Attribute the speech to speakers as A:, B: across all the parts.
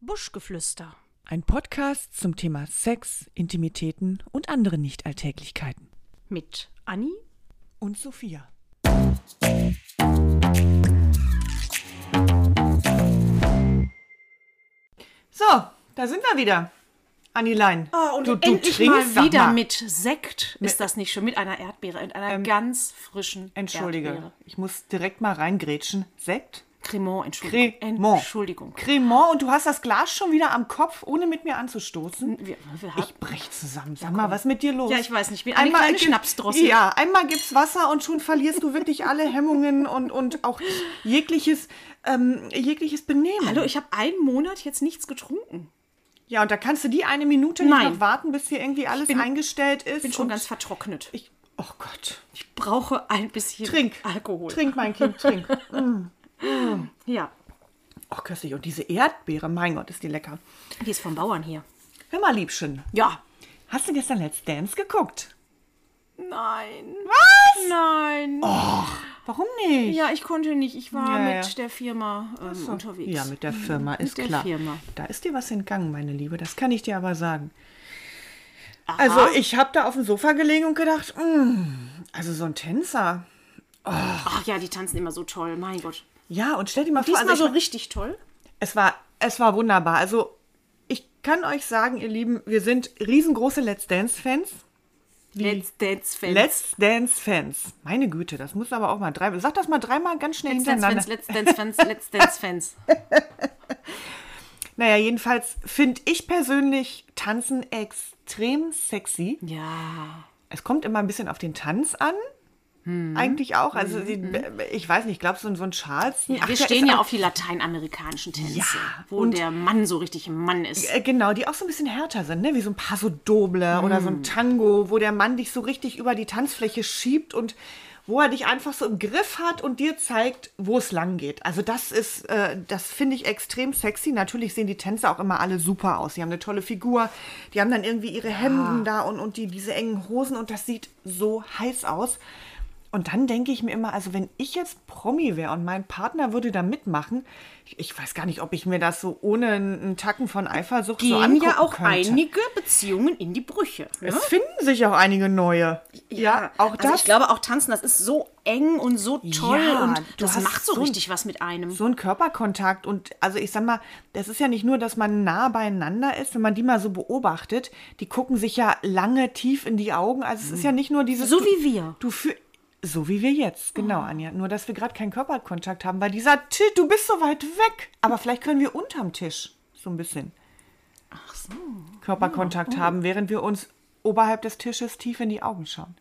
A: Buschgeflüster.
B: Ein Podcast zum Thema Sex, Intimitäten und andere Nichtalltäglichkeiten.
A: Mit Anni
B: Und Sophia. So, da sind wir wieder. Annilein. du, du
A: Ah, endlich
B: trinkst
A: mal
B: doch
A: wieder
B: mal. Ähm,
A: mit Sekt. Ist das nicht schön? Mit einer Erdbeere, mit einer ganz frischen
B: Entschuldige,
A: Erdbeere.
B: ich muss direkt mal reingrätschen. Sekt?
A: Cremant, Entschuldigung.
B: Cremant.
A: Entschuldigung.
B: Cremant und du hast das Glas schon wieder am Kopf, ohne mit mir anzustoßen.
A: Wir, wir haben,
B: Ich brech zusammen. Sag mal, was ist mit dir los?
A: Ja, ich weiß nicht, wie eine kleine
B: gibt-
A: Schnapsdrossel.
B: Ja, einmal gibt's Wasser und schon verlierst du wirklich alle Hemmungen und, und auch jegliches, ähm, jegliches Benehmen.
A: hallo, ich habe einen Monat jetzt nichts getrunken.
B: Ja, und da kannst du die eine Minute nicht
A: Nein.
B: noch warten, bis hier irgendwie alles eingestellt ist.
A: Bin schon
B: und
A: ganz vertrocknet.
B: Ich, oh Gott.
A: Ich brauche ein bisschen
B: Trink.
A: Alkohol.
B: Trink, mein Kind, trink.
A: Ja,
B: oh, köstlich. Und diese Erdbeere, mein Gott, ist die lecker.
A: die ist vom Bauern hier.
B: Hör mal, Liebchen.
A: Ja.
B: Hast du gestern Let's Dance geguckt?
A: Nein. Was? Nein.
B: Warum nicht?
A: Ja, ich konnte nicht. Ich war
B: Oh. Ja,
A: mit
B: ja.
A: der Firma ähm, unterwegs.
B: Ja, mit der Firma, ist
A: der
B: klar.
A: Firma.
B: Da ist dir was entgangen, meine Liebe. Das kann ich dir aber sagen. Also, ich habe da auf dem Sofa gelegen und gedacht, mm, also so ein Tänzer.
A: Ach ja, die tanzen immer so toll. Mein Gott.
B: Ja, und stell dir mal vor,
A: Diesmal
B: also ich
A: so
B: mein-
A: richtig toll.
B: Es war, es war wunderbar. Also, ich kann euch sagen, ihr Lieben, wir sind riesengroße Let's Dance-Fans.
A: Let's Dance Fans.
B: Let's Dance-Fans. Meine Güte, das muss aber auch mal drei. Sag das mal dreimal ganz schnell
A: Let's Dance
B: hintereinander.
A: Fans, Let's Dance Fans, Let's Dance Fans.
B: Naja, jedenfalls finde ich persönlich Tanzen extrem sexy.
A: Ja.
B: Es kommt immer ein bisschen auf den Tanz an.
A: Hm.
B: Eigentlich auch. Also, die- ich weiß nicht, glaubst du, so ein Charleston? Ach,
A: Wir
B: der
A: stehen
B: ist
A: ja
B: auch-
A: auf die lateinamerikanischen Tänze,
B: Ja,
A: wo der Mann so richtig ein Mann ist.
B: Äh, Genau, die auch so ein bisschen härter sind, ne? wie so ein Paso Doble oder
A: Hm.
B: so ein Tango, wo der Mann dich so richtig über die Tanzfläche schiebt und wo er dich einfach so im Griff hat und dir zeigt, wo es lang geht. Also das ist, äh, das finde ich extrem sexy. Natürlich sehen die Tänzer auch immer alle super aus. Die haben eine tolle Figur, die haben dann irgendwie ihre Hemden da und, und die, diese engen Hosen und das sieht so heiß aus. Und dann denke ich mir immer, also wenn ich jetzt Promi wäre und mein Partner würde da mitmachen, ich, ich weiß gar nicht, ob ich mir das so ohne einen Tacken von Eifersucht so
A: Gehen
B: angucken
A: ja auch
B: könnte.
A: einige Beziehungen in die Brüche. Ne?
B: Es finden sich auch einige neue. Ja, auch
A: also
B: das.
A: Ich glaube, auch tanzen, das ist so eng und so toll
B: Ja,
A: und
B: du
A: das
B: hast
A: macht so,
B: so ein-
A: richtig was mit einem.
B: so ein Körperkontakt und also ich sag mal, das ist ja nicht nur, dass man nah beieinander ist, wenn man die mal so beobachtet, die gucken sich ja lange tief in die Augen. Also es ist ja nicht nur dieses
A: So
B: du-
A: wie wir. Ah.
B: Du für so wie wir jetzt, genau, Anja. Nur, dass wir gerade keinen Körperkontakt haben, weil dieser Tisch, du bist so weit weg. Aber vielleicht können wir unterm Tisch so ein bisschen
A: Ach so. Oh,
B: Körperkontakt haben, während wir uns oberhalb des Tisches tief in die Augen schauen.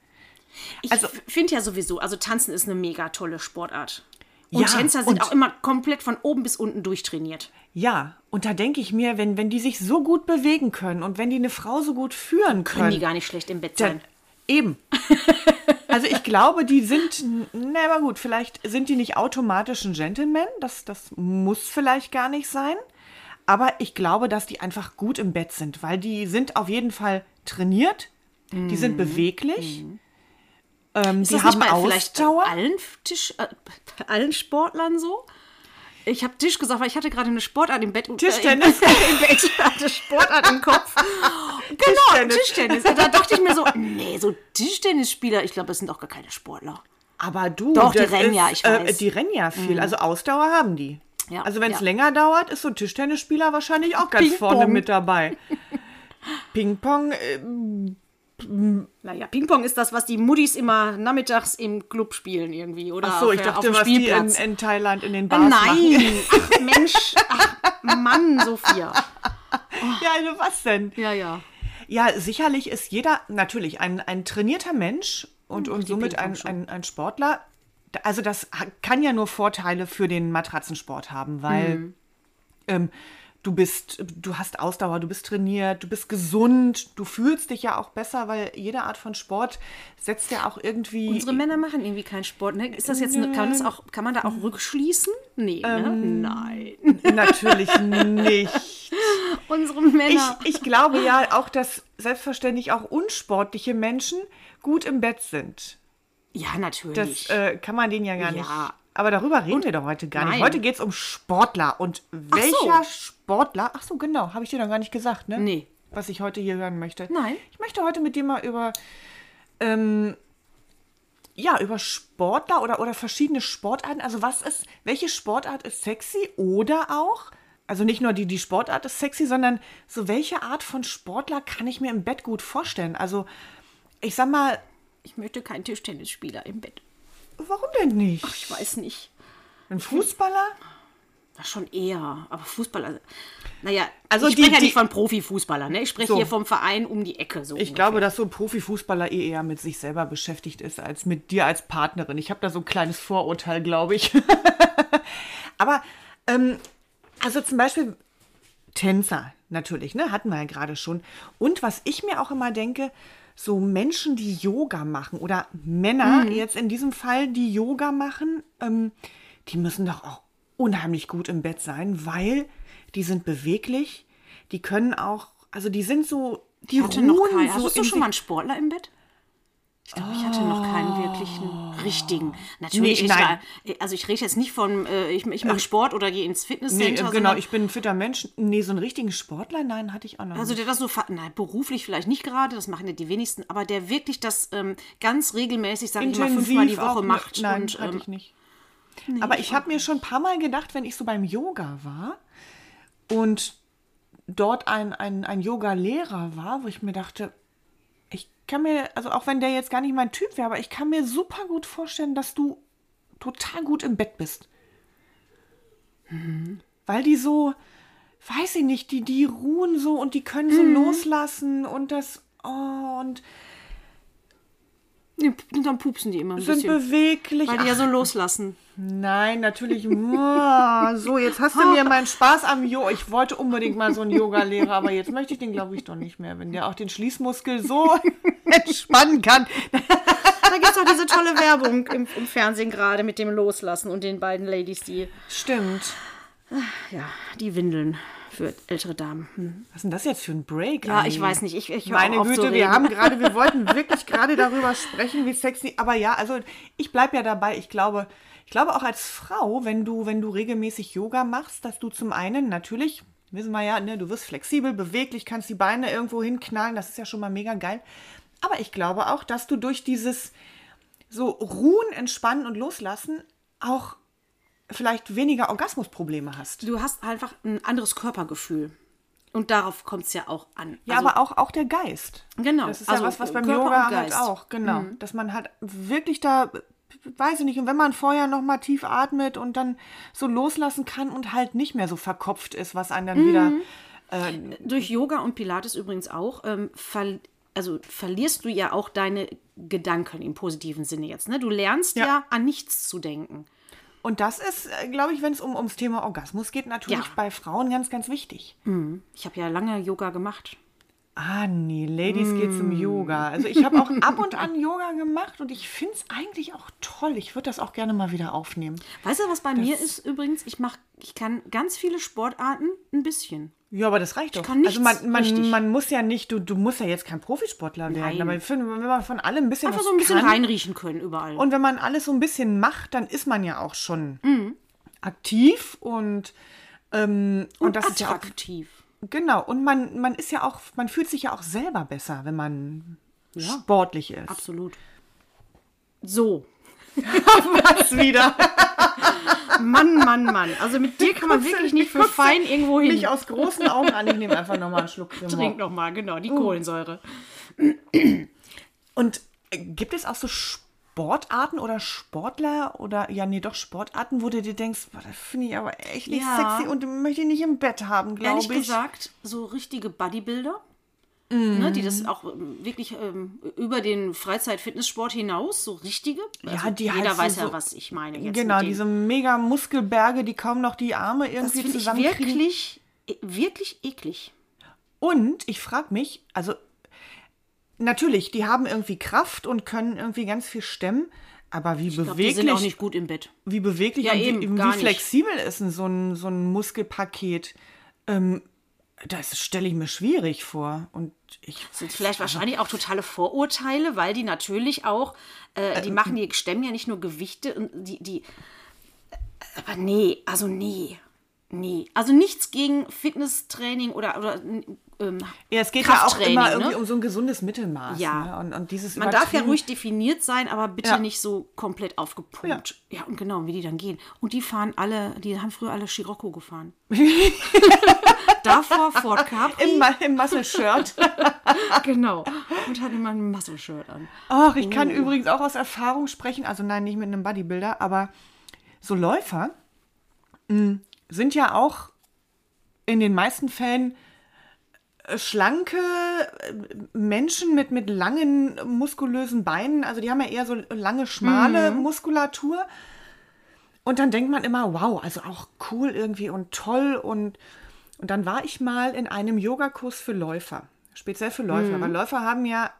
A: Ich
B: Also-
A: finde ja sowieso, also Tanzen ist eine mega tolle Sportart. Und
B: Ja,
A: Tänzer sind
B: und-
A: auch immer komplett von oben bis unten durchtrainiert.
B: Ja, und da denke ich mir, wenn, wenn die sich so gut bewegen können und wenn die eine Frau so gut führen
A: Können die
B: können,
A: gar nicht schlecht im Bett
B: dann
A: sein.
B: eben. Also ich glaube, die sind, na aber gut, vielleicht sind die nicht automatisch ein Gentleman, das, das muss vielleicht gar nicht sein, aber ich glaube, dass die einfach gut im Bett sind, weil die sind auf jeden Fall trainiert, die sind beweglich, ähm,
A: Mhm. Ist
B: die
A: das nicht
B: haben
A: bei vielleicht äh,
B: Ausdauer.
A: allen, Tisch, äh, bei allen Sportlern so? Ich habe Tisch gesagt, weil ich hatte gerade eine Sportart im Bett. und-
B: Tischtennis.
A: Äh, im, im Bett. Ich hatte Sportart im Kopf. genau,
B: Tischtennis.
A: Tischtennis. Und da dachte ich mir so, nee, so Tischtennisspieler, ich glaube, das sind auch gar keine Sportler.
B: Aber du,
A: Doch, die
B: das
A: rennen ja,
B: ist,
A: ich weiß. Mhm.
B: Äh, die rennen ja viel. Also Ausdauer haben die.
A: Ja,
B: also wenn es
A: ja.
B: länger dauert, ist so ein Tischtennisspieler wahrscheinlich auch ganz
A: Ping-Pong.
B: vorne mit dabei. Ping-Pong, äh,
A: Naja, Ping-Pong ist das, was die Muttis immer nachmittags im Club spielen irgendwie. Oder
B: ach so,
A: auf,
B: ich
A: der- auf
B: dachte,
A: dem
B: was die in,
A: Spielplatz.
B: in Thailand in den
A: Ah,
B: Bars machen.
A: Nein, ach Mensch, ach Mann, Sophia.
B: Ja, also was denn?
A: Ja, ja.
B: Ja, sicherlich ist jeder natürlich ein, ein trainierter Mensch und,
A: Oh,
B: und somit ein, ein, ein Sportler. Da- Also das ha- kann ja nur Vorteile für den Matratzensport haben, weil
A: Mhm.
B: ähm, du bist, du hast Ausdauer, du bist trainiert, du bist gesund, du fühlst dich ja auch besser, weil jede Art von Sport setzt ja auch irgendwie.
A: Unsere Männer machen irgendwie keinen Sport. Ne? Ist das jetzt, eine- kann, das auch, kann man da auch rückschließen? Nee,
B: Ähm,
A: ne? Nein.
B: natürlich nicht.
A: Unsere
B: Ich,
A: Männer.
B: ich glaube ja auch, dass selbstverständlich auch unsportliche Menschen gut im Bett sind.
A: ja, natürlich.
B: Das äh, kann man denen ja gar nicht
A: ja,
B: Aber darüber reden wir doch heute gar nicht.
A: Nein.
B: Heute geht es um Sportler. Und welcher Sportler? Ach so, genau. Habe ich dir dann gar nicht gesagt, ne?
A: Nee.
B: Was ich heute hier hören möchte.
A: Nein.
B: Ich möchte heute mit dir mal über. Ähm, ja, über Sportler oder, oder verschiedene Sportarten. Also, was ist. Welche Sportart ist sexy oder auch. Also nicht nur die, die Sportart ist sexy, sondern so welche Art von Sportler kann ich mir im Bett gut vorstellen? Also, ich sag mal,
A: Ich möchte keinen Tischtennisspieler im Bett.
B: warum denn nicht?
A: Ich weiß nicht.
B: Ein Fußballer?
A: Na, schon eher. Aber Fußballer. Naja,
B: Also
A: also ich
B: die-
A: spreche ja
B: die-
A: nicht von Profifußballer, ne? Ich spreche
B: So.
A: hier vom Verein um die Ecke. So
B: Ich glaube, dass so ein Profifußballer eh eher mit sich selber beschäftigt ist, als mit dir als Partnerin. Ich habe da so ein kleines Vorurteil, glaube ich. Aber, ähm, also zum Beispiel Tänzer, natürlich, ne? Hatten wir ja gerade schon. Und was ich mir auch immer denke, so Menschen, die Yoga machen oder
A: Mhm.
B: Männer jetzt in diesem Fall, die Yoga machen, ähm, die müssen doch auch unheimlich gut im Bett sein, weil die sind beweglich, die können auch, also die sind so, die
A: Ich hatte noch
B: ruhen
A: keinen.
B: so
A: Hattest
B: in
A: du schon
B: sich-
A: mal einen Sportler im Bett? Ich glaube, ich hatte noch keinen wirklichen richtigen. Natürlich,
B: Ah. Nee,
A: ich
B: nein.
A: war- also ich rede jetzt nicht von, äh, ich, ich mache Sport oder gehe ins
B: Nee,
A: Fitnesscenter.
B: äh, genau,
A: sondern-
B: ich bin ein fitter Mensch. Nee, so einen richtigen Sportler, nein, hatte ich auch noch
A: Also
B: nicht.
A: der das so, ver- nein, beruflich vielleicht nicht gerade, das machen ja die wenigsten, aber der wirklich das ähm, ganz regelmäßig, sage ich mal, fünfmal die Woche
B: auch, ne,
A: macht.
B: Nein,
A: und,
B: hatte
A: ähm,
B: ich nicht. Aber ich habe mir schon ein paar Mal gedacht, wenn ich so beim Yoga war und dort ein, ein, ein Yoga-Lehrer war, wo ich mir dachte, ich kann mir, also auch wenn der jetzt gar nicht mein Typ wäre, aber ich kann mir super gut vorstellen, dass du total gut im Bett bist.
A: Mhm.
B: Weil die so, weiß ich nicht, die, die ruhen so und die können
A: Mhm.
B: so loslassen und das, oh, und
A: nee, und dann pupsen die immer ein
B: sind
A: bisschen,
B: beweglich.
A: weil die ja so loslassen.
B: Nein, natürlich. Mua. So, jetzt hast du mir meinen Spaß am Yoga. Ich wollte unbedingt mal so einen Yoga-Lehrer, aber jetzt möchte ich den, glaube ich, doch nicht mehr, wenn der auch den Schließmuskel so entspannen kann.
A: Da gibt es auch diese tolle Werbung im, im Fernsehen gerade mit dem Loslassen und den beiden Ladies, die,
B: Stimmt.
A: ja, die Windeln für ältere Damen. Hm.
B: Was ist denn das jetzt für ein Break?
A: Ja, Ah, ich
B: Anni?
A: weiß nicht, ich, ich höre
B: Meine
A: auch auf zu
B: Güte,
A: reden.
B: wir haben gerade, wir wollten wirklich gerade darüber sprechen, wie sexy. Aber ja, also ich bleibe ja dabei. Ich glaube, ich glaube auch als Frau, wenn du, wenn du regelmäßig Yoga machst, dass du zum einen natürlich, wissen wir ja, ne, du wirst flexibel, beweglich, kannst die Beine irgendwo hinknallen. Das ist ja schon mal mega geil. Aber ich glaube auch, dass du durch dieses so ruhen, entspannen und loslassen auch vielleicht weniger Orgasmusprobleme hast.
A: Du hast einfach ein anderes Körpergefühl. Und darauf kommt es ja auch an.
B: Ja,
A: Also,
B: aber auch, auch der Geist.
A: Genau,
B: Das ist
A: also
B: ja was, was beim
A: Körper
B: Yoga
A: und
B: halt
A: Geist. Mhm.
B: auch, genau. Dass man halt wirklich da, weiß ich nicht, und wenn man vorher nochmal tief atmet und dann so loslassen kann und halt nicht mehr so verkopft ist, was einen dann
A: Mhm.
B: wieder.
A: durch Yoga und Pilates übrigens auch, ähm, verl also verlierst du ja auch deine Gedanken im positiven Sinne jetzt. Ne? Du lernst
B: Ja.
A: ja. an nichts zu denken.
B: Und das ist, glaube ich, wenn es um, ums Thema Orgasmus geht, natürlich
A: Ja.
B: bei Frauen ganz, ganz wichtig.
A: Ich habe ja lange Yoga gemacht.
B: Ah, nee, Ladies
A: Mhm.
B: geht's um Yoga. Also ich habe auch ab und an Yoga gemacht und ich finde es eigentlich auch toll. Ich würde das auch gerne mal wieder aufnehmen.
A: Weißt du, was bei mir ist übrigens? Ich mach, ich kann ganz viele Sportarten ein bisschen.
B: Ja, aber das reicht doch.
A: kann
B: also
A: nichts
B: man, man,
A: richtig.
B: man muss ja nicht, du, du musst ja jetzt kein Profisportler werden,
A: Nein.
B: aber ich finde, wenn man von allem ein bisschen
A: Einfach
B: was
A: so ein bisschen
B: kann
A: reinriechen können überall.
B: und wenn man alles so ein bisschen macht, dann ist man ja auch schon
A: Mhm.
B: aktiv und ähm, und, das ist ja auch
A: attraktiv.
B: genau und man man ist ja auch man fühlt sich ja auch selber besser, wenn man sportlich ist.
A: Absolut. So.
B: Abends wieder
A: Mann, Mann, Mann. Also mit dir kann man wirklich nicht für fein irgendwo hin.
B: mich aus großen Augen an. Ich nehme einfach nochmal einen Schluck Cremant.
A: Trink nochmal, genau, die Kohlensäure.
B: Und äh, gibt es auch so Sportarten oder Sportler oder ja, nee, doch Sportarten, wo du dir denkst, boah, das finde ich aber echt nicht
A: Ja.
B: sexy und möchte ich nicht im Bett haben, glaube ich. Mhm.
A: Ehrlich gesagt, so richtige Bodybuilder, ne, die das auch ähm, wirklich ähm, über den Freizeit-Fitnesssport hinaus, so richtige. Also
B: die
A: jeder
B: halt so-
A: weiß
B: so-
A: ja, was ich meine. Jetzt
B: genau,
A: mit denen.
B: diese mega Muskelberge, die kaum noch die Arme
A: das
B: irgendwie
A: finde ich
B: zusammenkriegen.
A: wirklich, e- wirklich eklig.
B: Und ich frage mich, also natürlich, die haben irgendwie Kraft und können irgendwie ganz viel stemmen, aber wie
A: Ich glaube, die sind auch
B: beweglich,
A: nicht gut im Bett.
B: wie beweglich
A: Ja,
B: und wie,
A: eben,
B: wie
A: gar nicht.
B: flexibel ist denn so ein, so ein Muskelpaket? Ähm, das stelle ich mir schwierig vor. Und ich
A: Das sind vielleicht
B: Also
A: wahrscheinlich auch totale
B: Äh,
A: Vorurteile, weil die natürlich auch, äh, die machen, die stemmen ja nicht nur Gewichte und die, die Aber nee, also nee. Nee. Also nichts gegen Fitnesstraining oder, oder ähm,
B: Ja, es geht ja auch
A: Krafttraining,
B: immer irgendwie
A: ne?
B: um so ein gesundes Mittelmaß.
A: Ja.
B: Ne? Und, und dieses
A: Man darf ja
B: Übertrieben-
A: ruhig definiert sein, aber bitte
B: Ja.
A: nicht so komplett aufgepumpt. Ja. und genau, wie die dann gehen. Und die fahren alle, die haben früher alle Scirocco gefahren. Davor Ford Capri.
B: Im, Ma- im Muscle-Shirt.
A: Genau. Und hat immer ein Muscle-Shirt an.
B: Ach, ich
A: Oh.
B: kann übrigens auch aus Erfahrung sprechen. Also nein, nicht mit einem Bodybuilder, aber so Läufer mh, sind ja auch in den meisten Fällen äh, schlanke äh, Menschen mit, mit langen, äh, muskulösen Beinen. Also die haben ja eher so lange, schmale Muskulatur. Und dann denkt man immer, wow, also auch cool irgendwie und toll. Und, und dann war ich mal in einem Yogakurs für Läufer. Speziell für Läufer. Weil Läufer haben ja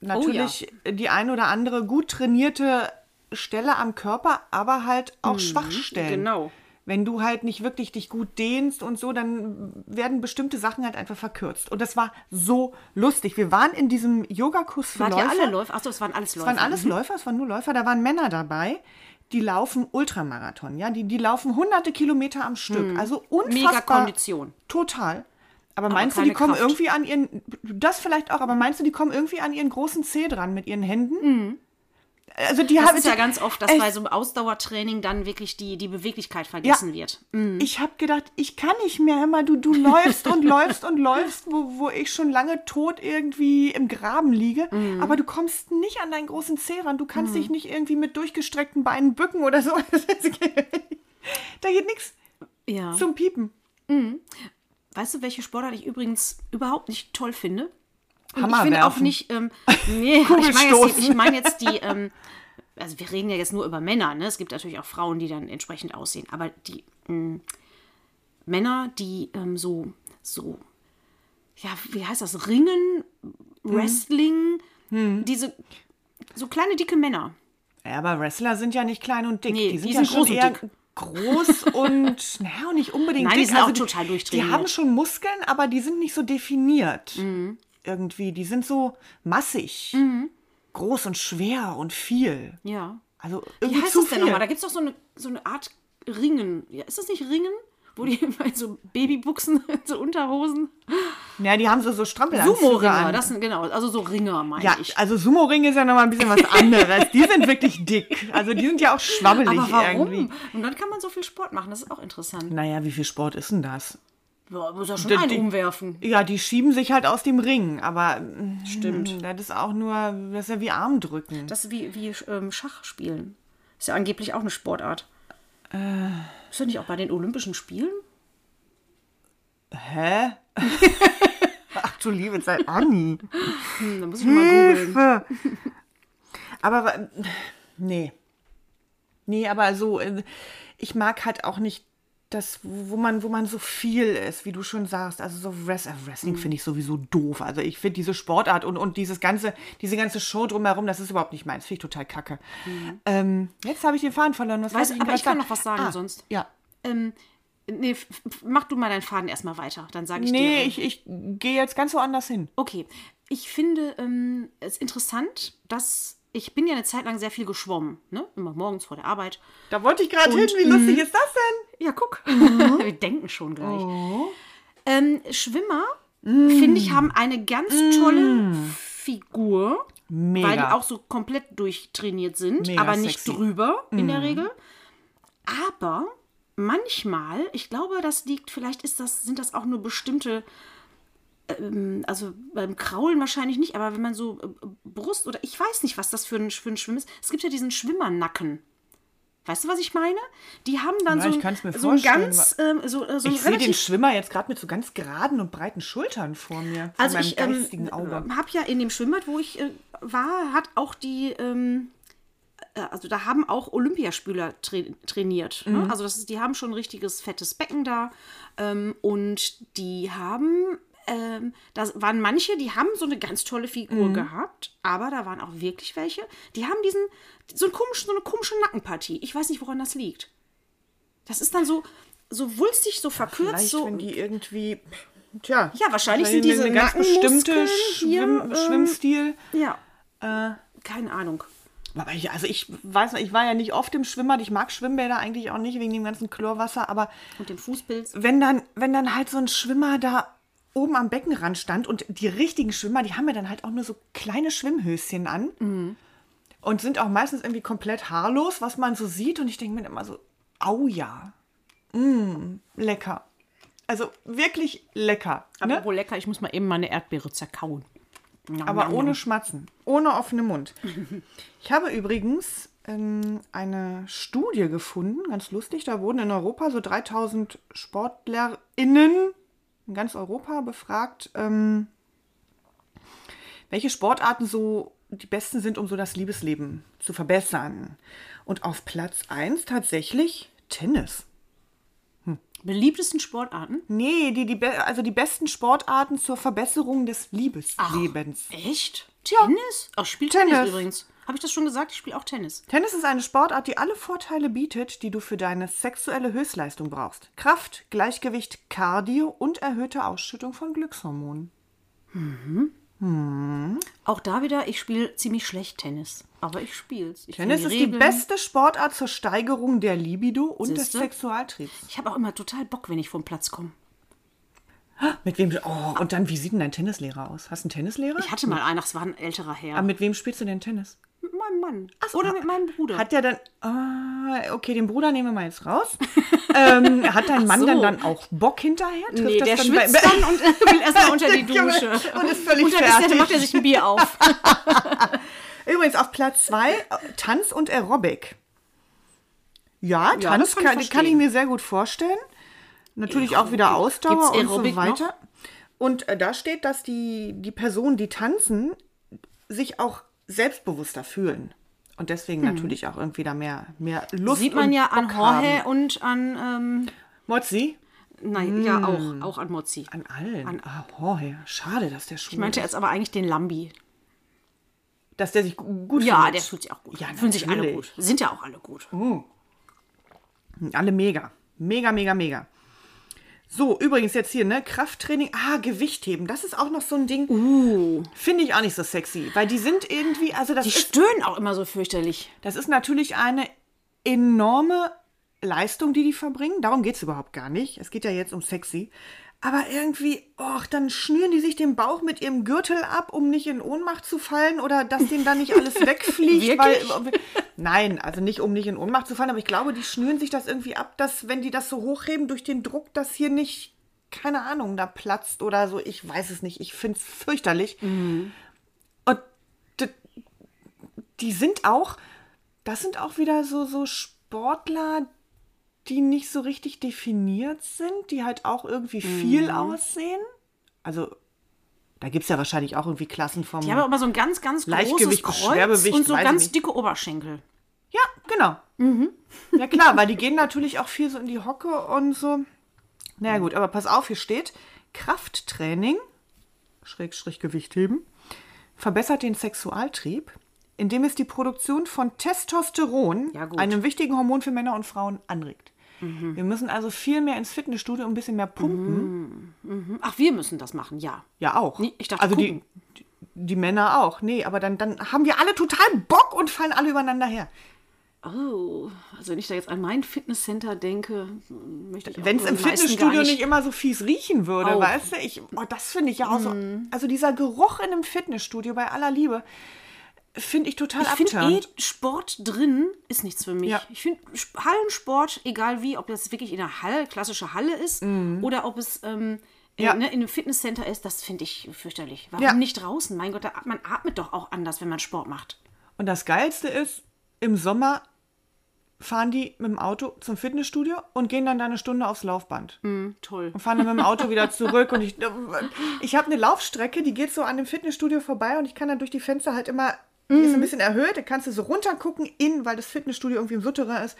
B: natürlich die ein oder andere gut trainierte Stelle am Körper, aber halt auch Schwachstellen.
A: genau.
B: Wenn du halt nicht wirklich dich gut dehnst und so, dann werden bestimmte Sachen halt einfach verkürzt. Und das war so lustig. Wir waren in diesem Yogakurs für
A: Wart
B: Läufer.
A: ihr alle Läufer? Achso, es waren alles Läufer. Mhm.
B: Es waren alles Läufer, es waren nur Läufer, da waren Männer dabei, die laufen Ultramarathon, ja, die, die laufen hunderte Kilometer am Stück, also unfassbar.
A: Hm. Mega Kondition.
B: Total. Aber meinst du,
A: keine
B: die kommen
A: Kraft.
B: irgendwie an ihren, das vielleicht auch, aber meinst du, die kommen irgendwie an ihren großen Zeh dran mit ihren Händen? Also die
A: Mhm. Das
B: haben
A: ist ja ganz oft, dass
B: Echt?
A: bei so einem Ausdauertraining dann wirklich die, die Beweglichkeit vergessen wird.
B: Ich habe gedacht, ich kann nicht mehr, hör mal, du, du läufst und läufst und läufst, wo, wo ich schon lange tot irgendwie im Graben liege, aber du kommst nicht an deinen großen Zeh ran, du kannst dich nicht irgendwie mit durchgestreckten Beinen bücken oder so. da geht nichts
A: Ja.
B: zum Piepen.
A: Weißt du, welche Sportart ich übrigens überhaupt nicht toll finde? Und
B: Hammer
A: ich finde auch
B: werfen.
A: nicht, ähm, nee, ich meine jetzt, die- ich
B: Kugelstoßen.
A: meine jetzt die, ähm, also wir reden ja jetzt nur über Männer, ne? Es gibt natürlich auch Frauen, die dann entsprechend aussehen, aber die ähm, Männer, die ähm, so, so, ja, wie heißt das? Ringen,
B: Hm.
A: Wrestling, diese, so kleine, dicke Männer.
B: Ja, aber Wrestler sind ja nicht klein und dick,
A: Nee,
B: die sind
A: die
B: ja
A: sind
B: schon
A: groß und
B: eher
A: dick.
B: groß und, naja, und nicht unbedingt
A: Nein, die
B: dick. Also
A: sind auch total
B: Die
A: durchtrainiert.
B: haben schon Muskeln, aber die sind nicht so definiert
A: Mhm.
B: irgendwie. Die sind so massig, groß und schwer und viel.
A: Ja.
B: Also
A: Wie
B: irgendwie
A: heißt
B: zu
A: das
B: viel.
A: denn nochmal? Da gibt es doch so eine, so eine Art Ringen. Ja, ist das nicht Ringen? Wo die immer in so Babybuchsen, in so Unterhosen.
B: ja, die haben so, so Strampelanzüge
A: Sumo-Ringer,
B: an.
A: das sind genau, also so Ringer meine
B: ja,
A: ich.
B: also Sumo-Ring ist ja nochmal ein bisschen was anderes. Die sind wirklich dick. Also die sind ja auch schwabbelig
A: Aber warum?
B: irgendwie.
A: Und dann kann man so viel Sport machen, das ist auch interessant.
B: Naja, wie viel Sport ist denn das?
A: Ja, muss ja schon
B: Die-
A: einen
B: die-
A: umwerfen.
B: Ja, die schieben sich halt aus dem Ring, aber mm,
A: Stimmt.
B: das ist auch nur, das ist ja wie Armdrücken.
A: Das ist wie, wie ähm, Schach spielen. Ist ja angeblich auch eine Sportart.
B: Äh.
A: Ist das nicht auch bei den Olympischen Spielen?
B: Hä? Ach du liebe Zeit, Anni.
A: Hm, da muss ich mal googeln.
B: Aber wa- nee. Nee, aber so, äh, ich mag halt auch nicht das, wo man, wo man so viel ist, wie du schon sagst. Also so Wrest- äh, Wrestling
A: Mhm.
B: finde ich sowieso doof. Also ich finde diese Sportart und, und dieses ganze, diese ganze Show drumherum, das ist überhaupt nicht meins. Finde ich total kacke. Ähm, jetzt habe ich den Faden verloren. Was
A: Weißt
B: wollte
A: du, aber
B: grad
A: Mhm. ich kann
B: sagen? Ah,
A: noch was sagen sonst.
B: Ja.
A: Ähm, nee, f- f- mach du mal deinen Faden erstmal weiter, dann sage ich dir.
B: Nee, ich, ich gehe jetzt ganz woanders hin.
A: Okay, ich finde ähm, es interessant, dass ich bin ja eine Zeit lang sehr viel geschwommen, ne? Immer morgens vor der Arbeit.
B: Da wollte ich gerade hin. Wie
A: mhm.
B: lustig ist das denn?
A: Ja, guck. Wir denken schon gleich. Ähm, Schwimmer, finde ich, haben eine ganz tolle Figur.
B: Mega.
A: Weil die auch so komplett durchtrainiert sind,
B: Mega
A: aber nicht
B: sexy. Mhm.
A: drüber in der Regel. Aber manchmal, ich glaube, das liegt, vielleicht ist das, sind das auch nur bestimmte, ähm, also beim Kraulen wahrscheinlich nicht, aber wenn man so äh, Brust oder ich weiß nicht, was das für ein, für ein Schwimmen ist. Es gibt ja diesen Schwimmernacken. Weißt du, was ich meine? Die haben dann
B: Ja,
A: so,
B: ich kann's mir
A: so ein
B: vorstellen,
A: ganz, ähm, so, äh, so ein
B: Ich sehe den
A: relativ
B: Schwimmer jetzt gerade mit so ganz geraden und breiten Schultern vor mir. Vor
A: also
B: meinem
A: ich
B: geistigen
A: ähm,
B: Auge.
A: habe ja in dem Schwimmbad, wo ich äh, war, hat auch die, ähm, äh, also da haben auch Olympiaspieler tra trainiert.
B: Mhm.
A: Ne? Also das ist, die haben schon ein richtiges fettes Becken da ähm, und die haben, ähm, da waren manche, die haben so eine ganz tolle
B: Mhm.
A: Figur gehabt, aber da waren auch wirklich welche, die haben diesen, so, einen komischen, so eine komische Nackenpartie. Ich weiß nicht, woran das liegt. Das ist dann so, so wulstig, so verkürzt,
B: Vielleicht,
A: so
B: wenn die irgendwie. Tja.
A: Ja, wahrscheinlich sind diese
B: eine ganz bestimmte äh,
A: Nackenmuskeln hier,
B: Schwimm,
A: ähm,
B: Schwimmstil.
A: Ja. Keine Ahnung.
B: Aber ich, also ich weiß nicht, ich war ja nicht oft im Schwimmbad. Ich mag Schwimmbäder eigentlich auch nicht wegen dem ganzen Chlorwasser. Aber
A: Und den Fußpilz.
B: wenn dann, wenn dann halt so ein Schwimmer da oben am Beckenrand stand und die richtigen Schwimmer, die haben ja dann halt auch nur so kleine Schwimmhöschen an und sind auch meistens irgendwie komplett haarlos, was man so sieht. Und ich denke mir immer so, au ja, mm, lecker. Also wirklich lecker. Ne?
A: Apropos lecker, ich muss mal eben meine Erdbeere zerkauen. Nom,
B: Aber
A: nom,
B: ohne
A: nom.
B: Schmatzen, ohne offenen Mund. Ich habe übrigens ähm, eine Studie gefunden, ganz lustig, da wurden in Europa so 3000 SportlerInnen in ganz Europa befragt, ähm, welche Sportarten so die besten sind, um so das Liebesleben zu verbessern. Und auf Platz 1 tatsächlich Tennis.
A: Beliebtesten Sportarten?
B: Nee, die, die be also die besten Sportarten zur Verbesserung des Liebeslebens.
A: Echt? Tennis? Ach, ich spiele Tennis.
B: Tennis.
A: übrigens. Habe ich das schon gesagt? Ich spiele auch Tennis.
B: Tennis ist eine Sportart, die alle Vorteile bietet, die du für deine sexuelle Höchstleistung brauchst. Kraft, Gleichgewicht, Cardio und erhöhte Ausschüttung von Glückshormonen.
A: Auch da wieder, ich spiele ziemlich schlecht Tennis. Aber ich spiel's. Ich
B: Tennis
A: kenn
B: ist die
A: Regeln.
B: beste Sportart zur Steigerung der Libido und
A: Siehste?
B: des Sexualtriebs.
A: Ich habe auch immer total Bock, wenn ich vom Platz komme. Ah.
B: Mit wem? Oh, und dann, wie sieht denn dein Tennislehrer aus? Hast du einen Tennislehrer?
A: Ich hatte mal einen, ach, es war ein älterer Herr.
B: Aber mit wem spielst du denn Tennis?
A: mit meinem Mann. Oder mit meinem Bruder.
B: Hat der dann. Ah, okay, den Bruder nehmen wir mal jetzt raus. ähm, hat dein Mann
A: so.
B: dann, dann auch Bock hinterher? Trifft
A: nee,
B: das
A: der
B: dann bei-
A: schwitzt dann und will erstmal unter die
B: Junge,
A: Dusche.
B: und ist völlig
A: unter das-
B: fertig.
A: macht er sich ein Bier auf.
B: Übrigens auf Platz 2 Tanz und Aerobic. Ja,
A: Ja,
B: Tanz
A: das kann ich
B: kann, kann ich
A: verstehen.
B: mir sehr gut vorstellen. Natürlich auch wieder
A: Aerobic.
B: Ausdauer
A: Gibt's
B: und so
A: Aerobic
B: weiter. Und äh, da steht, dass die, die Personen, die tanzen, sich auch selbstbewusster fühlen. Und deswegen natürlich auch irgendwie da mehr, mehr Lust
A: Hm. Sieht man
B: und
A: ja an
B: Bock haben.
A: Jorge und an, ähm,
B: Mozzi?
A: nein, ja
B: Mm.
A: auch, auch an Mozzi.
B: An allen. ah, Jorge. Schade, dass der
A: Ich
B: Schwul
A: meinte jetzt aber eigentlich den Lambi.
B: Dass der sich gu- gut
A: Ja,
B: fühlt.
A: der fühlt sich auch gut.
B: Ja,
A: Fühlen sich alle
B: natürlich.
A: gut. Sind ja auch alle gut.
B: Alle mega. Mega, mega, mega. So, übrigens jetzt hier, ne? Krafttraining. Ah, Gewichtheben. Das ist auch noch so ein Ding. Finde ich auch nicht so sexy. Weil die sind irgendwie, also das,
A: Die
B: ist,
A: stöhnen auch immer so fürchterlich.
B: das ist natürlich eine enorme Leistung, die die verbringen. Darum geht es überhaupt gar nicht. Es geht ja jetzt um sexy. Aber irgendwie, och, dann schnüren die sich den Bauch mit ihrem Gürtel ab, um nicht in Ohnmacht zu fallen oder dass denen dann nicht alles wegfliegt. weil, nein, also nicht, um nicht in Ohnmacht zu fallen, aber ich glaube, die schnüren sich das irgendwie ab, dass, wenn die das so hochheben durch den Druck, dass hier nicht, keine Ahnung, da platzt oder so. Ich weiß es nicht. Ich finde es fürchterlich. Und d- die sind auch, das sind auch wieder so, so Sportler, die nicht so richtig definiert sind, die halt auch irgendwie viel aussehen. Also, da gibt es ja wahrscheinlich auch irgendwie Klassen vom.
A: Die haben aber immer so ein ganz, ganz großes
B: Hm. Leichtgewicht,
A: Kreuz
B: Schwergewicht,
A: und so
B: weiß ich
A: ganz
B: nicht.
A: dicke Oberschenkel.
B: Ja, genau.
A: Mhm.
B: Ja, klar, weil die gehen natürlich auch viel so in die Hocke und so. Na naja, gut, aber pass auf, hier steht: Krafttraining, Schrägstrich Gewichtheben, verbessert den Sexualtrieb, indem es die Produktion von Testosteron,
A: Ja, gut. Mhm.
B: einem wichtigen Hormon für Männer und Frauen, anregt. Wir müssen also viel mehr ins Fitnessstudio und ein bisschen mehr pumpen.
A: Hm? Ach, wir müssen das machen, ja.
B: Ja, auch.
A: Mhm. Nee, ich dachte,
B: also die, die Männer auch. Nee, aber dann, dann haben wir alle total Bock und fallen alle übereinander her.
A: Oh, also wenn ich da jetzt an mein Fitnesscenter denke, hm, möchte ich auch
B: Wenn es
A: so
B: im
A: die meisten
B: Fitnessstudio
A: gar
B: nicht immer so fies riechen würde,
A: Auch.
B: weißt du? Ich, oh, das finde ich ja auch so.
A: Mhm.
B: Also dieser Geruch in einem Fitnessstudio, bei aller Liebe, finde ich total
A: Ich finde eh,
B: abtörend.
A: Sport drin ist nichts für mich.
B: Ja.
A: Ich finde Sp- Hallensport, egal wie, ob das wirklich in einer Halle, klassische Halle ist oder ob es ähm, in,
B: Mhm. Ja.
A: ne, in einem Fitnesscenter ist, das finde ich fürchterlich. Warum
B: Ja.
A: nicht draußen? Mein Gott, da, man atmet doch auch anders, wenn man Sport macht.
B: Und das Geilste ist, im Sommer fahren die mit dem Auto zum Fitnessstudio und gehen dann da eine Stunde aufs Laufband.
A: Hm, Toll.
B: Mhm. Und fahren dann mit dem Auto wieder zurück. Und ich, ich habe eine Laufstrecke, die geht so an dem Fitnessstudio vorbei und ich kann dann durch die Fenster halt immer, die
A: Mhm.
B: ist ein bisschen erhöht, da kannst du so runtergucken in, weil das Fitnessstudio irgendwie im Souterrain ist.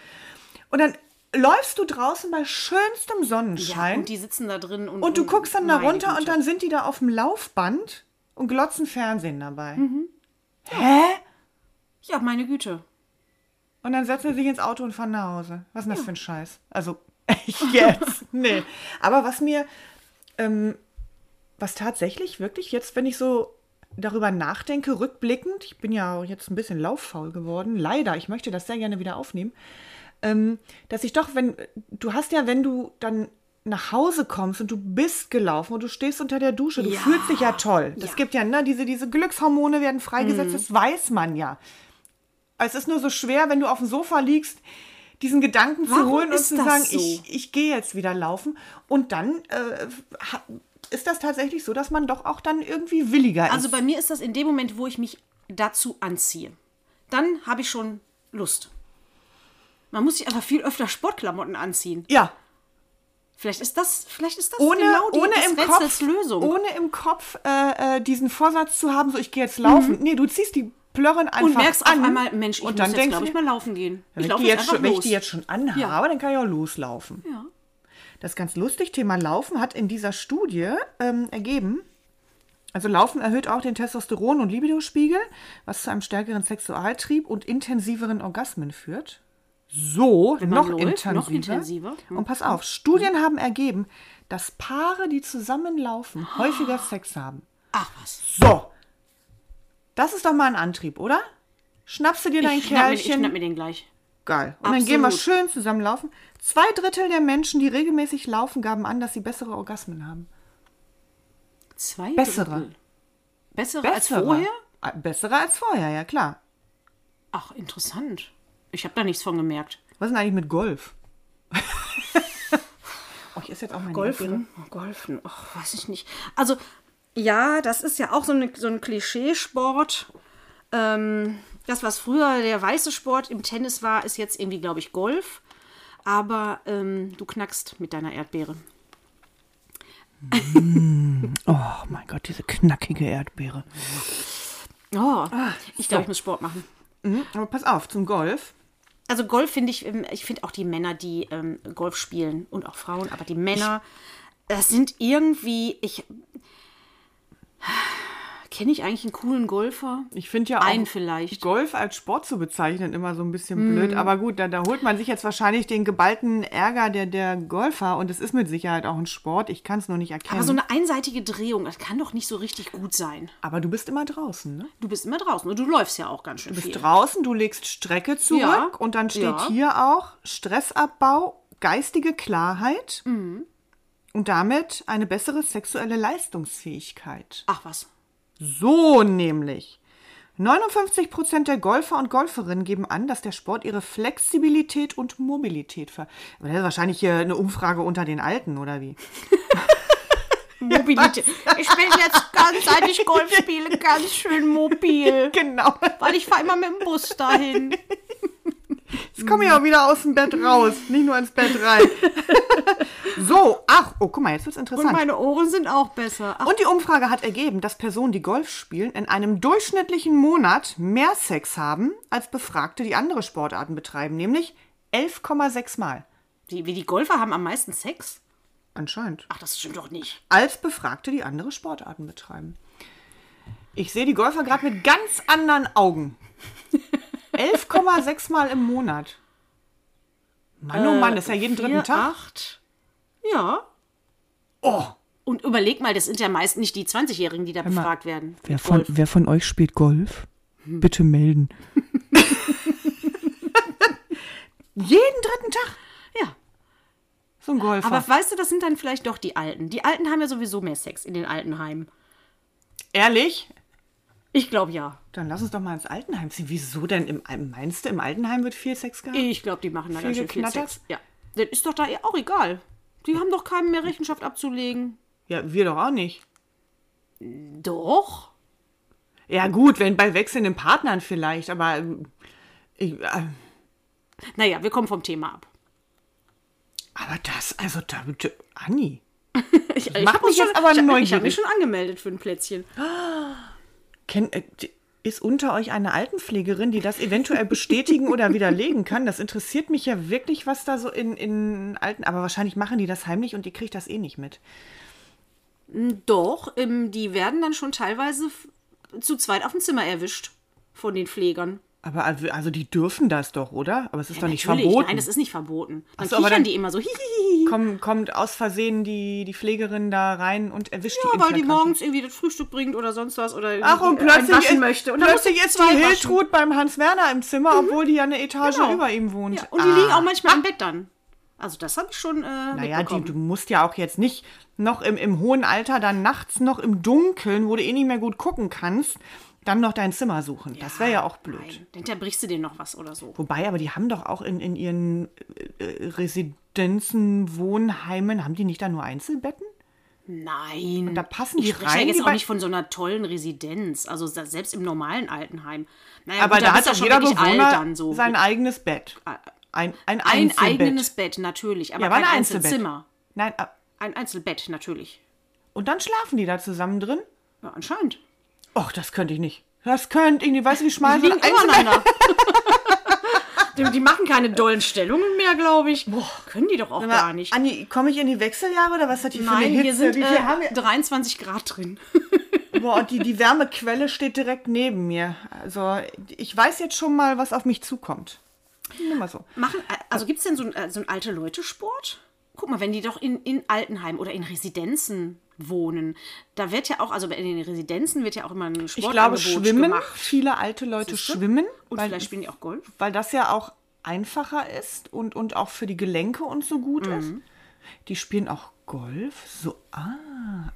B: Und dann läufst du draußen bei schönstem
A: Ja,
B: Sonnenschein
A: und die sitzen da drin und,
B: und du guckst dann da
A: meine
B: runter und
A: Güte.
B: dann sind die da auf dem Laufband und glotzen Fernsehen dabei.
A: Mhm.
B: Hä?
A: Ja, meine Güte.
B: Und dann setzen sie sich ins Auto und fahren nach Hause. Was ist denn das für ein Scheiß? Also, jetzt, nee. Aber was mir, ähm, was tatsächlich wirklich jetzt, wenn ich so darüber nachdenke, rückblickend, ich bin ja jetzt ein bisschen lauffaul geworden, leider, ich möchte das sehr gerne wieder aufnehmen, ähm, dass ich doch, wenn, du hast ja, wenn du dann nach Hause kommst und du bist gelaufen und du stehst unter der Dusche, du
A: Ja.
B: fühlst dich ja toll. Es gibt ja, ne, diese, diese Glückshormone werden freigesetzt, das weiß man ja. Es ist nur so schwer, wenn du auf dem Sofa liegst, diesen Gedanken zu
A: Warum
B: holen und
A: ist
B: zu
A: das
B: sagen,
A: so?
B: ich, ich gehe jetzt wieder laufen. Und dann äh, ha- ist das tatsächlich so, dass man doch auch dann irgendwie williger
A: Also
B: ist.
A: bei mir ist das in dem Moment, wo ich mich dazu anziehe. Dann habe ich schon Lust. Man muss sich aber viel öfter Sportklamotten anziehen.
B: Ja,
A: Vielleicht ist das, vielleicht ist das
B: ohne,
A: genau die
B: ohne,
A: das
B: im
A: Rätsels
B: Kopf,
A: Lösung.
B: ohne im Kopf äh, äh, diesen Vorsatz zu haben, so ich gehe jetzt laufen. Nee, du ziehst die Plörren einfach an.
A: Mhm. und merkst auf einmal, Mensch, ich
B: und
A: muss
B: dann
A: jetzt,
B: denkst
A: glaube
B: du
A: ich, mal laufen gehen. Ich
B: Wenn ich,
A: laufe
B: die
A: jetzt
B: jetzt
A: einfach
B: schon, wenn ich
A: los.
B: die jetzt schon anhabe,
A: Ja.
B: dann kann ich auch loslaufen.
A: Ja.
B: Das ist ganz lustig. Thema Laufen hat in dieser Studie ähm, ergeben, also Laufen erhöht auch den Testosteron- und Libidospiegel, was zu einem stärkeren Sexualtrieb und intensiveren Orgasmen führt. So, noch,
A: läuft,
B: intensiver.
A: noch intensiver. Hm.
B: Und pass auf, Studien haben ergeben, dass Paare, die zusammen laufen, häufiger Sex haben.
A: Ah. Ach was.
B: So, das ist doch mal ein Antrieb, oder? Schnappst du dir dein
A: Ich schnapp, mir, ich
B: Kerlchen?
A: schnapp mir den gleich.
B: Geil. Und dann gehen wir
A: Absolut.
B: schön zusammen laufen. Zwei Drittel der Menschen, die regelmäßig laufen, gaben an, dass sie bessere Orgasmen haben.
A: Zwei
B: Bessere.
A: Drittel. Bessere, als
B: Bessere.
A: vorher?
B: Ah, Bessere als vorher, ja klar.
A: Ach, interessant. Ich habe da nichts von gemerkt.
B: Was ist denn eigentlich mit Golf? oh, hier ist jetzt auch mein
A: Golfen. Oh, Golfen. Ach, weiß ich nicht. Also, ja, das ist ja auch so, eine, so ein Klischeesport. Ähm, das, was früher der weiße Sport im Tennis war, ist jetzt irgendwie, glaube ich, Golf. Aber ähm, du knackst mit deiner Erdbeere.
B: Oh mein Gott, diese knackige Erdbeere.
A: Oh, ich glaube, ich muss Sport machen.
B: Mhm, aber pass auf, zum Golf.
A: Also Golf finde ich, ähm, ich finde auch die Männer, die ähm, Golf spielen und auch Frauen, aber die Männer, das sind irgendwie, ich kenne ich eigentlich einen coolen Golfer?
B: Ich finde ja auch
A: Einen vielleicht. Hm.
B: Golf als Sport zu bezeichnen immer so ein bisschen blöd. Aber gut, da, da holt man sich jetzt wahrscheinlich den geballten Ärger der, der Golfer. Und es ist mit Sicherheit auch ein Sport. Ich kann es nur nicht erkennen.
A: Aber so eine einseitige Drehung, das kann doch nicht so richtig gut sein.
B: aber du bist immer draußen, ne?
A: Du bist immer draußen und du läufst ja auch ganz schön viel.
B: bist draußen, du legst Strecke zurück
A: Ja,
B: und dann steht
A: ja.
B: hier auch Stressabbau, geistige Klarheit
A: Mhm.
B: und damit eine bessere sexuelle Leistungsfähigkeit.
A: Ach was.
B: So nämlich. 59 Prozent der Golfer und Golferinnen geben an, dass der Sport ihre Flexibilität und Mobilität ver... Aber Das ist wahrscheinlich hier eine Umfrage unter den Alten, oder wie?
A: Mobilität. Ich bin jetzt ganz, seit ich Golf spiele, ganz schön mobil.
B: Genau.
A: Weil ich fahre immer mit dem Bus dahin.
B: Jetzt komme ich auch wieder aus dem Bett raus, nicht nur ins Bett rein. so, ach, oh, guck mal, jetzt wird's interessant.
A: Und meine Ohren sind auch besser. Ach,
B: Und die Umfrage hat ergeben, dass Personen, die Golf spielen, in einem durchschnittlichen Monat mehr Sex haben als Befragte, die andere Sportarten betreiben, nämlich 11,6 Mal.
A: die, wie die Golfer haben am meisten Sex?
B: Anscheinend.
A: Ach, das stimmt doch nicht.
B: Als Befragte, die andere Sportarten betreiben. Ich sehe die Golfer gerade mit ganz anderen Augen. 11,6 Mal im Monat. Mann, oh Mann, das ist ja jeden dritten
A: Äh, Vier,
B: Tag.
A: Acht. Ja.
B: Oh,
A: Und überleg mal, das sind ja meist nicht die 20-Jährigen, die da befragt werden.
B: Wer
A: Mit
B: von,
A: Golf.
B: wer von euch spielt Golf?
A: Hm.
B: Bitte melden. Jeden dritten Tag
A: Ja.
B: so ein Golfer.
A: Aber weißt du, das sind dann vielleicht doch die Alten. Die Alten haben ja sowieso mehr Sex in den Altenheimen.
B: ehrlich?
A: Ich glaube ja.
B: Dann lass uns doch mal ins Altenheim ziehen. Wieso denn? Im, Al- meinst du, im Altenheim wird viel Sex gehabt?
A: Ich glaube, die machen da
B: Viel
A: ganz schön viel
B: geknattert?
A: Sex. Ja. Das ist doch da eh auch egal. Die haben doch keinem mehr Rechenschaft abzulegen.
B: Ja, wir doch auch nicht.
A: Doch.
B: Ja gut, wenn bei wechselnden Partnern vielleicht, aber ähm, ich, äh,
A: Naja, wir kommen vom Thema ab.
B: aber das, also da, da- Anni.
A: Ich,
B: mach
A: hab
B: mich
A: schon-
B: jetzt aber
A: ich, ich habe
B: neugierig.
A: mich schon angemeldet für ein Plätzchen.
B: Kenn, äh, d- ist unter euch eine Altenpflegerin, die das eventuell bestätigen oder widerlegen kann? Das interessiert mich ja wirklich, was da so in, in Alten. Aber wahrscheinlich machen die das heimlich und ihr kriegt das eh nicht mit.
A: Doch, ähm, die werden dann schon teilweise f- zu zweit auf dem Zimmer erwischt von den Pflegern.
B: Aber also also die dürfen das doch, oder? Aber es ist doch nicht
A: Natürlich,
B: verboten.
A: Nein, das ist nicht verboten. Dann
B: so, aber
A: kichern
B: dann-
A: die immer so. Hihihi.
B: Komm, kommt aus Versehen die, die Pflegerin da rein und erwischt die.
A: Ja, weil die
B: Infiltranten.
A: morgens irgendwie das Frühstück bringt oder sonst was oder
B: Ach, und
A: irgendwie, äh, einen
B: plötzlich
A: waschen
B: ist,
A: möchte. Und dann muss
B: plötzlich
A: sie
B: ist
A: zwei
B: die
A: waschen.
B: Hiltrud beim Hans Werner im Zimmer, obwohl die ja eine Etage
A: Mhm. Genau.
B: über ihm wohnt.
A: Ja, und die
B: Ah.
A: liegen auch manchmal im Bett dann. Also das habe ich schon äh,
B: Naja, die,
A: mitbekommen.
B: du musst ja auch jetzt nicht noch im, im hohen Alter, dann nachts noch im Dunkeln, wo du eh nicht mehr gut gucken kannst, dann noch dein Zimmer suchen. das wäre ja auch blöd.
A: Nein, hinterher brichst du dir noch was oder so.
B: Wobei, aber die haben doch auch in, in ihren äh, Residenzen, Wohnheimen, haben die nicht da nur Einzelbetten?
A: Nein.
B: da passen
A: ich
B: die
A: spreche
B: rein,
A: ja
B: die
A: jetzt auch
B: bei-
A: nicht von so einer tollen Residenz. Also se- selbst im normalen Altenheim. Naja,
B: Aber
A: gut,
B: da
A: bist
B: hat
A: du
B: doch jeder
A: wirklich alt
B: Bewohner
A: dann so. Ah,
B: sein eigenes Bett. Ein,
A: ein
B: ein, Einzelbett.
A: eigenes Bett, natürlich. Aber
B: ja, aber
A: kein
B: ein Einzelbett.
A: Einzelzimmer.
B: Nein, ah,
A: Ein Einzelbett, natürlich.
B: und dann schlafen die da zusammen drin?
A: Ja, anscheinend.
B: Och, das könnte ich nicht. Das könnte ich nicht. Weißt du, wie schmal
A: Die
B: so ein
A: liegen übereinander. die, die machen keine dollen Stellungen mehr, glaube ich. können die doch auch gar nicht.
B: Anni, komme ich in die Wechseljahre oder was hat die für eine
A: Nein,
B: Hitze?
A: hier sind
B: Wie viel haben
A: äh, 23 Grad drin.
B: wir? Boah, und die, die Wärmequelle steht direkt neben mir. Also ich weiß jetzt schon mal, was auf mich zukommt. Nimm mal so.
A: Machen, also gibt es denn so einen so ein alte Leute-Sport? Guck mal, wenn die doch in, in Altenheim oder in Residenzen wohnen, da wird ja auch, also in den Residenzen wird ja auch immer ein Sport
B: Ich glaube, Schwimmen,
A: gemacht.
B: viele alte Leute schwimmen,
A: Und
B: weil,
A: vielleicht spielen die auch Golf.
B: weil das ja auch einfacher ist und, und auch für die Gelenke und so gut ist.
A: Mhm.
B: Die spielen auch Golf. So, ah,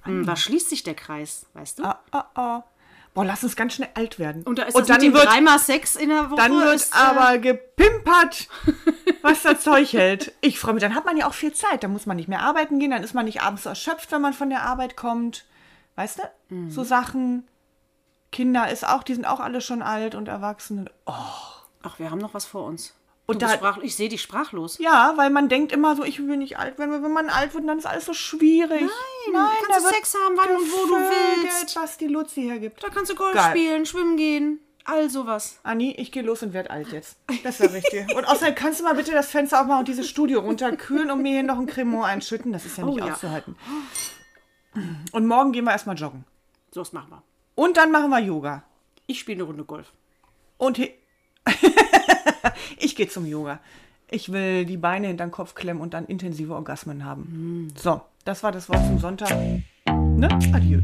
A: Hm, da schließt sich der Kreis, weißt du?
B: ah, ah, ah. Boah, lass uns ganz schnell alt werden.
A: Und da ist das
B: dann
A: mit dem
B: wird
A: dreimal Sex in der Woche.
B: Dann wird
A: ist, äh,
B: aber gepimpert, was das Zeug hält. Ich freue mich. Dann hat man ja auch viel Zeit. Dann muss man nicht mehr arbeiten gehen. Dann ist man nicht abends so erschöpft, wenn man von der Arbeit kommt. Weißt du?
A: Mhm.
B: So Sachen. Kinder ist auch, die sind auch alle schon alt und erwachsen. Oh.
A: Ach, wir haben noch was vor uns.
B: Und
A: Du bist
B: da-
A: sprach, ich sehe dich sprachlos.
B: Ja, weil man denkt immer so, ich will nicht alt werden. Wenn man alt wird, dann ist alles so schwierig. Nein,
A: kannst du Sex haben, wann und wo du willst.
B: Was die Luzi hergibt.
A: Da kannst du Golf
B: Geil.
A: spielen, schwimmen gehen, all sowas.
B: Anni, ich gehe los und werde alt jetzt. Das sag ich dir. Und außerdem kannst du mal bitte das Fenster aufmachen und dieses Studio runterkühlen und mir hier noch ein Cremant einschütten. Das ist ja nicht
A: Oh ja.
B: auszuhalten. Und morgen gehen wir erstmal joggen.
A: So, das machen wir.
B: Und dann machen wir Yoga.
A: Ich spiele eine Runde Golf.
B: Und he- ich gehe zum Yoga. Ich will die Beine hinter den Kopf klemmen und dann intensive Orgasmen haben. So, das war das Wort zum Sonntag. Ne? Adieu.